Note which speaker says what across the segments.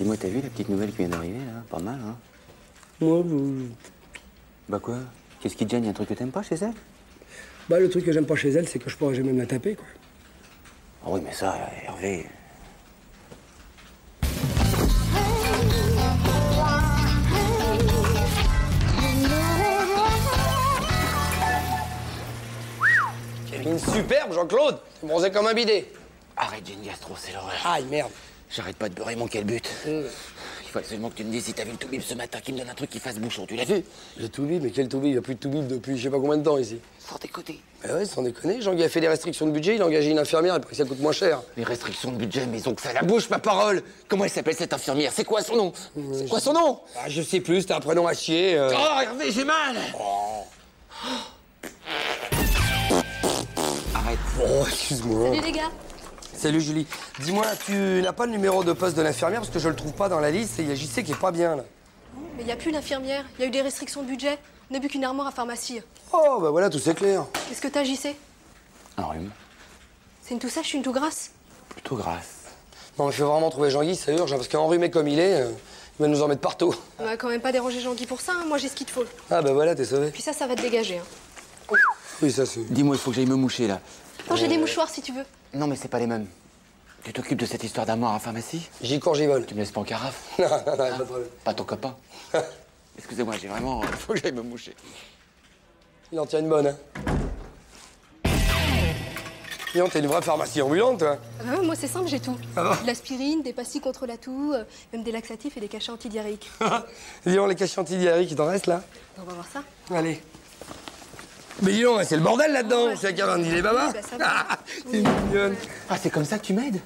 Speaker 1: Et moi, t'as vu la petite nouvelle qui vient d'arriver là Pas mal, hein
Speaker 2: Moi, vous-
Speaker 1: Bah quoi Qu'est-ce qui te gêne Y'a un truc que t'aimes pas chez elle
Speaker 2: bah, le truc que j'aime pas chez elle, c'est que je pourrais jamais me la taper, quoi.
Speaker 1: Ah oui, mais ça, Hervé.
Speaker 2: Une superbe, Jean-Claude Bronzé comme un bidet.
Speaker 1: Arrête, j'ai une gastro, c'est l'horreur.
Speaker 2: Aïe, merde.
Speaker 1: J'arrête pas de beurrer mon quel but. Il faut absolument que tu me dises si t'as vu le toubib ce matin qui me donne un truc qui fasse bouchon. Tu l'as vu
Speaker 2: Le Toubi, mais quel Toubi Il n'y a plus de Toubi depuis je sais pas combien de temps ici.
Speaker 1: Sans déconner.
Speaker 2: Bah ouais, sans déconner, Jean Guy a fait des restrictions de budget, il a engagé une infirmière, il paraît que ça coûte moins cher.
Speaker 1: Les restrictions de budget, mais ils ont que ça à la bouche, ma parole Comment elle s'appelle cette infirmière C'est quoi son nom C'est quoi son nom
Speaker 2: Ah, je sais plus, t'as un prénom à chier. euh.
Speaker 1: Oh, Hervé, j'ai mal Arrête.
Speaker 2: Oh, excuse-moi.
Speaker 3: les gars
Speaker 2: Salut Julie. Dis-moi, tu n'as pas le numéro de poste de l'infirmière parce que je le trouve pas dans la liste et il y a JC qui est pas bien là.
Speaker 3: Mais il n'y a plus l'infirmière, il y a eu des restrictions de budget, on n'a plus qu'une armoire à pharmacie.
Speaker 2: Oh, bah voilà, tout c'est clair.
Speaker 3: Qu'est-ce que t'as, JC
Speaker 1: Un Ah, rhume.
Speaker 3: C'est une tout sèche, une tout grasse
Speaker 1: Plutôt grasse.
Speaker 2: Non, mais faut vraiment trouver Jean-Guy, c'est urgent, parce qu'enrhumé comme il est, euh, il va nous en mettre partout.
Speaker 3: On va quand même pas déranger Jean-Guy pour ça, hein, moi j'ai ce qu'il te faut.
Speaker 2: Ah, bah voilà, t'es sauvé.
Speaker 3: Puis ça, ça va te dégager. hein.
Speaker 2: Oui, ça c'est.
Speaker 1: Dis-moi, il faut que j'aille me moucher là.
Speaker 3: Non, j'ai des mouchoirs si tu veux.
Speaker 1: Non, mais c'est pas les mêmes. Tu t'occupes de cette histoire d'amour à la pharmacie
Speaker 2: J'y cours, j'y vole.
Speaker 1: Tu me laisses pas en carafe Ah,
Speaker 2: non, non, pas de problème.
Speaker 1: Pas ton copain Excusez-moi, j'ai vraiment. Il faut que j'aille me moucher.
Speaker 2: Il en tient une bonne, hein. Dis donc, t'es une vraie pharmacie ambulante, toi.
Speaker 3: Ah bah ouais, moi c'est simple, j'ai tout.
Speaker 2: va
Speaker 3: De l'aspirine, des pastilles contre la toux, euh, même des laxatifs et des cachets antidiarrhéiques.
Speaker 2: dis donc, les caches antidiarrhéiques, il t'en reste là
Speaker 3: on va voir ça.
Speaker 2: Allez. Mais dis donc, c'est le bordel là-dedans,
Speaker 3: Ouais.
Speaker 2: c'est la il est baba.
Speaker 3: Oui, bah, ça va.
Speaker 2: T'es mignonne.
Speaker 1: Ah, c'est comme ça que tu m'aides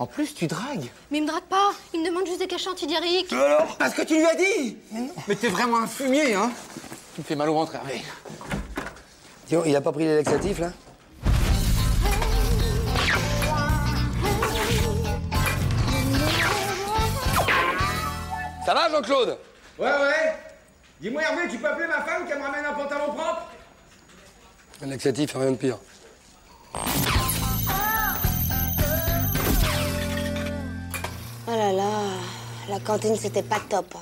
Speaker 1: En plus, tu dragues
Speaker 3: Mais il me drague pas, il me demande juste des cachets antidiarrhéiques.
Speaker 2: Alors
Speaker 1: Parce que tu lui as dit Mais t'es vraiment un fumier, hein Tu me fais mal au ventre, Hervé.
Speaker 2: Dis donc, il a pas pris les laxatifs là Ça va, Jean-Claude
Speaker 4: Ouais, ouais. Dis-moi, Hervé, tu peux appeler ma femme qu'elle me ramène un pantalon propre
Speaker 2: Un laxatif, rien de pire.
Speaker 5: Oh là là, la cantine c'était pas top. hein.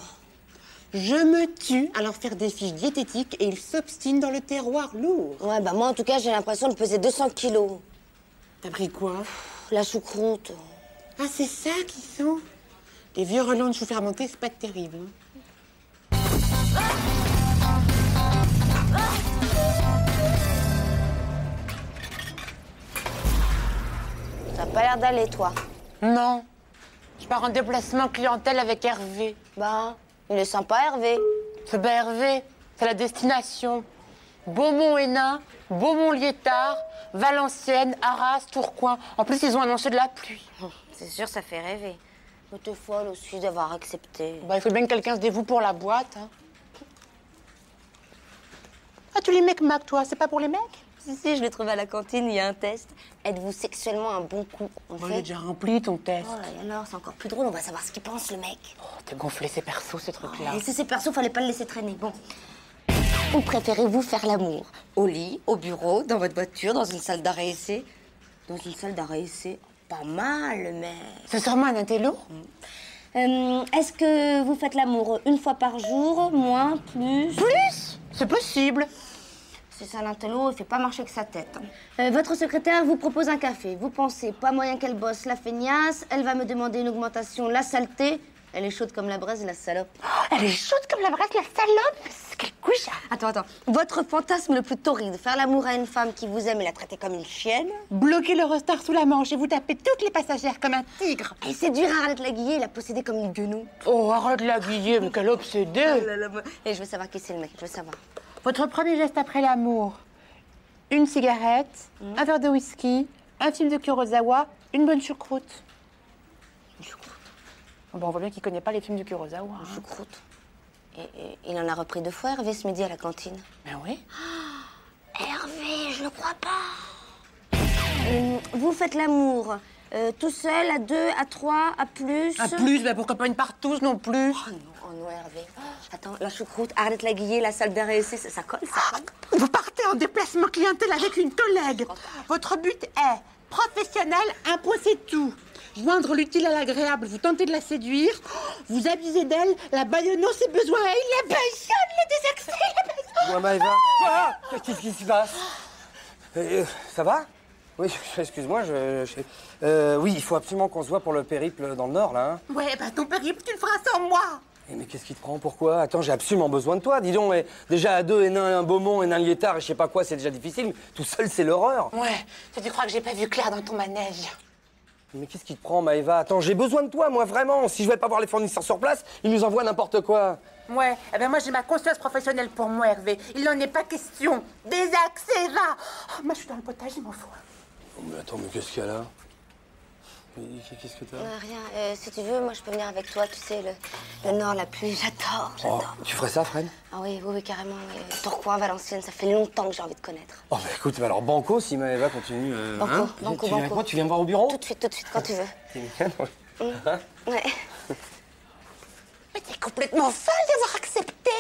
Speaker 6: Je me tue à leur faire des fiches diététiques et ils s'obstinent dans le terroir lourd.
Speaker 5: Ouais, bah moi en tout cas j'ai l'impression de peser 200 kilos.
Speaker 6: T'as pris quoi
Speaker 5: Pff, La choucroute.
Speaker 6: Ah, c'est ça qu'ils sont Des vieux relents de chou fermenté, c'est pas terrible. hein.
Speaker 5: T'as pas l'air d'aller toi.
Speaker 6: Non. Je pars en déplacement clientèle avec Hervé.
Speaker 5: Bah, il est sympa Hervé.
Speaker 6: C'est pas Hervé, c'est la destination. Beaumont-Hénin, Beaumont-Liétard, Valenciennes, Arras, Tourcoing. En plus, ils ont annoncé de la pluie.
Speaker 5: Oh, C'est sûr, ça fait rêver. Mais t'es folle aussi d'avoir accepté.
Speaker 6: Bah, il faut bien que quelqu'un se dévoue pour la boîte. hein. Ah, tu les mecs Mac, toi, c'est pas pour les mecs
Speaker 5: Si, si, je l'ai trouvé à la cantine, il y a un test. Êtes-vous sexuellement un bon coup On le
Speaker 6: On
Speaker 5: fait
Speaker 6: l'a déjà rempli ton test.
Speaker 5: Oh là là, alors, c'est encore plus drôle, on va savoir ce qu'il pense le mec.
Speaker 6: Oh, T'as gonflé ses persos, ces trucs-là.
Speaker 5: Ah, Et si c'est perso, fallait pas le laisser traîner. Bon. Où préférez-vous faire l'amour Au lit, au bureau, dans votre voiture, dans une salle d'arrêt essai Dans une salle d'arrêt essai Pas mal, mais.
Speaker 6: C'est sûrement un intello
Speaker 5: Euh, Est-ce que vous faites l'amour une fois par jour, moins, plus
Speaker 6: Plus C'est possible.
Speaker 5: C'est ça l'intello, il fait pas marcher que sa tête. hein. Euh, votre secrétaire vous propose un café. Vous pensez, pas moyen qu'elle bosse la feignasse, elle va me demander une augmentation, la saleté. Elle est chaude comme la braise, la salope.
Speaker 6: Oh, Elle est chaude comme la brasse, la salope Quelle couche hein.
Speaker 5: Attends, attends. Votre fantasme le plus torride, faire l'amour à une femme qui vous aime et la traiter comme une chienne
Speaker 6: Bloquez le restart sous la manche et vous tapez toutes les passagères comme un tigre.
Speaker 5: Et séduire Arlette Laguiller et la posséder comme une Oh guenou
Speaker 6: Oh, arrête la guillée, mais quelle obsédée
Speaker 5: Eh, Et je veux savoir qui c'est le mec, je veux savoir.
Speaker 6: Votre premier geste après l'amour. une cigarette, un verre de whisky, un film de Kurosawa, une bonne choucroute.
Speaker 5: Une choucroute.
Speaker 6: Bon, on voit bien qu'il connaît pas les films de Kurosawa. hein.
Speaker 5: Une choucroute. Et, et- il en a repris deux fois, Hervé, ce midi à la cantine. Ah,
Speaker 6: Ben oui.
Speaker 5: Hervé, je le crois pas. Euh, vous faites l'amour. euh, tout seul, à deux, à trois, à plus.
Speaker 6: À plus, ben pourquoi pas une partouze non plus
Speaker 5: Oh non, oh non, Hervé. Attends, la choucroute, Arlette Laguillé, la salle d'arrêt, c'est- ça, ça colle, ça
Speaker 6: Ah,
Speaker 5: colle.
Speaker 6: Vous partez en déplacement clientèle avec une collègue. Votre but est professionnel, un point c'est tout. Joindre l'utile à l'agréable, vous tentez de la séduire, vous abusez d'elle, la baillonnant ses besoins, et il la baillonne, le désaxé, la baillonne.
Speaker 2: Moi, Maëva. Ah Qu'est-ce qui se passe Euh, euh, Ça va Oui, excuse-moi, je. je- Euh, oui, il faut absolument qu'on se voit pour le périple dans le nord, là. hein.
Speaker 6: Ouais, bah ton périple, tu le feras sans moi.
Speaker 2: Eh, Mais qu'est-ce qui te prend Pourquoi Attends, j'ai absolument besoin de toi. Dis donc, eh, déjà à deux, et un, un Beaumont, et un Liétard, et je sais pas quoi, c'est déjà difficile. mais Tout seul, c'est l'horreur.
Speaker 6: Ouais, ça, tu crois que j'ai pas vu clair dans ton manège
Speaker 2: Mais qu'est-ce qui te prend, Maëva Attends, j'ai besoin de toi, moi, vraiment. Si je vais pas voir les fournisseurs sur place, ils nous envoient n'importe quoi.
Speaker 6: Ouais, eh ben moi j'ai ma conscience professionnelle pour moi, Hervé. Il n'en est pas question. Désaxé, va oh, Moi je suis dans le potage, il m'en faut.
Speaker 2: Oh, mais attends, mais qu'est-ce qu'il y a là Mais Qu'est-ce que t'as
Speaker 5: Euh, rien, euh, si tu veux, moi je peux venir avec toi, tu sais, le, le nord, la pluie, j'adore,
Speaker 2: Oh,
Speaker 5: j'adore.
Speaker 2: Tu ferais ça, Fred
Speaker 5: Ah oui, oui, oui, carrément. oui. Tourcoing, Valenciennes, ça fait longtemps que j'ai envie de connaître.
Speaker 2: Oh bah écoute, bah alors Banco, si Maëva continue. euh,
Speaker 5: Banco,
Speaker 2: hein,
Speaker 5: banco,
Speaker 2: tu viens
Speaker 5: banco.
Speaker 2: quoi Tu viens me voir au bureau
Speaker 6: Oh.
Speaker 5: Tout de suite, tout de suite, quand tu veux.
Speaker 2: T'es mignonne, ouais.
Speaker 5: Ouais.
Speaker 6: Mais t'es complètement folle d'avoir accepté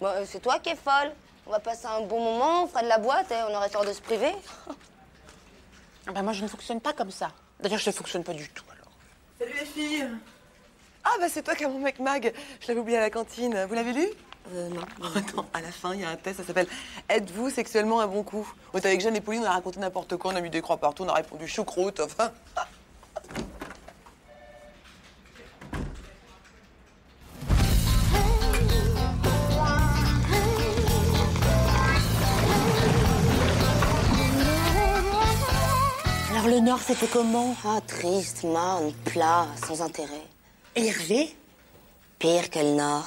Speaker 5: Bon, euh, c'est toi qui es folle. On va passer un bon moment, on fera de la boîte, hein, on aurait tort de se priver.
Speaker 6: Ah bah moi je ne fonctionne pas comme ça. D'ailleurs je ne fonctionne pas du tout alors.
Speaker 7: Salut les filles Ah bah c'est toi qui as mon mec Mag, je l'avais oublié à la cantine, vous l'avez lu
Speaker 5: Euh, non.
Speaker 7: Oh, Attends, à la fin il y a un test, ça s'appelle « Êtes-vous sexuellement un bon coup ?» On était avec Jeanne et Pauline, on a raconté n'importe quoi, on a mis des croix partout, on a répondu choucroute, enfin...
Speaker 5: Alors le Nord, c'était comment Ah, triste, morne, plat, sans intérêt.
Speaker 6: Hervé
Speaker 5: Pire que le Nord.